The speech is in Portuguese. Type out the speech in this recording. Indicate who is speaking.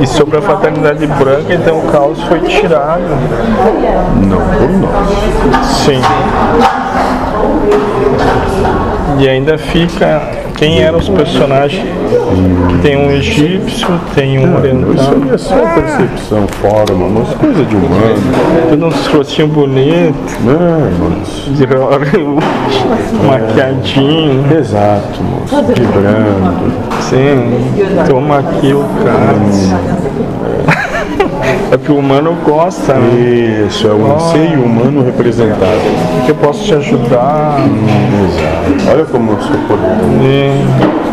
Speaker 1: E sobre a fraternidade branca, então o caos foi tirado.
Speaker 2: Não por nós.
Speaker 1: Sim. E ainda fica quem eram os personagens. Tem um egípcio, tem um
Speaker 2: Não, isso
Speaker 1: oriental.
Speaker 2: aí é só percepção, forma, umas coisas de humano.
Speaker 1: Tudo uns rostinhos bonitos,
Speaker 2: Né, moço?
Speaker 1: de olho, maquiadinho.
Speaker 2: Exato, moço. Vibrando.
Speaker 1: Sim, toma aqui o cálice. É porque o humano gosta, né?
Speaker 2: Isso, é o anseio humano representado.
Speaker 1: Que eu posso te ajudar.
Speaker 2: Exato. Olha como eu sou poderoso.
Speaker 1: né?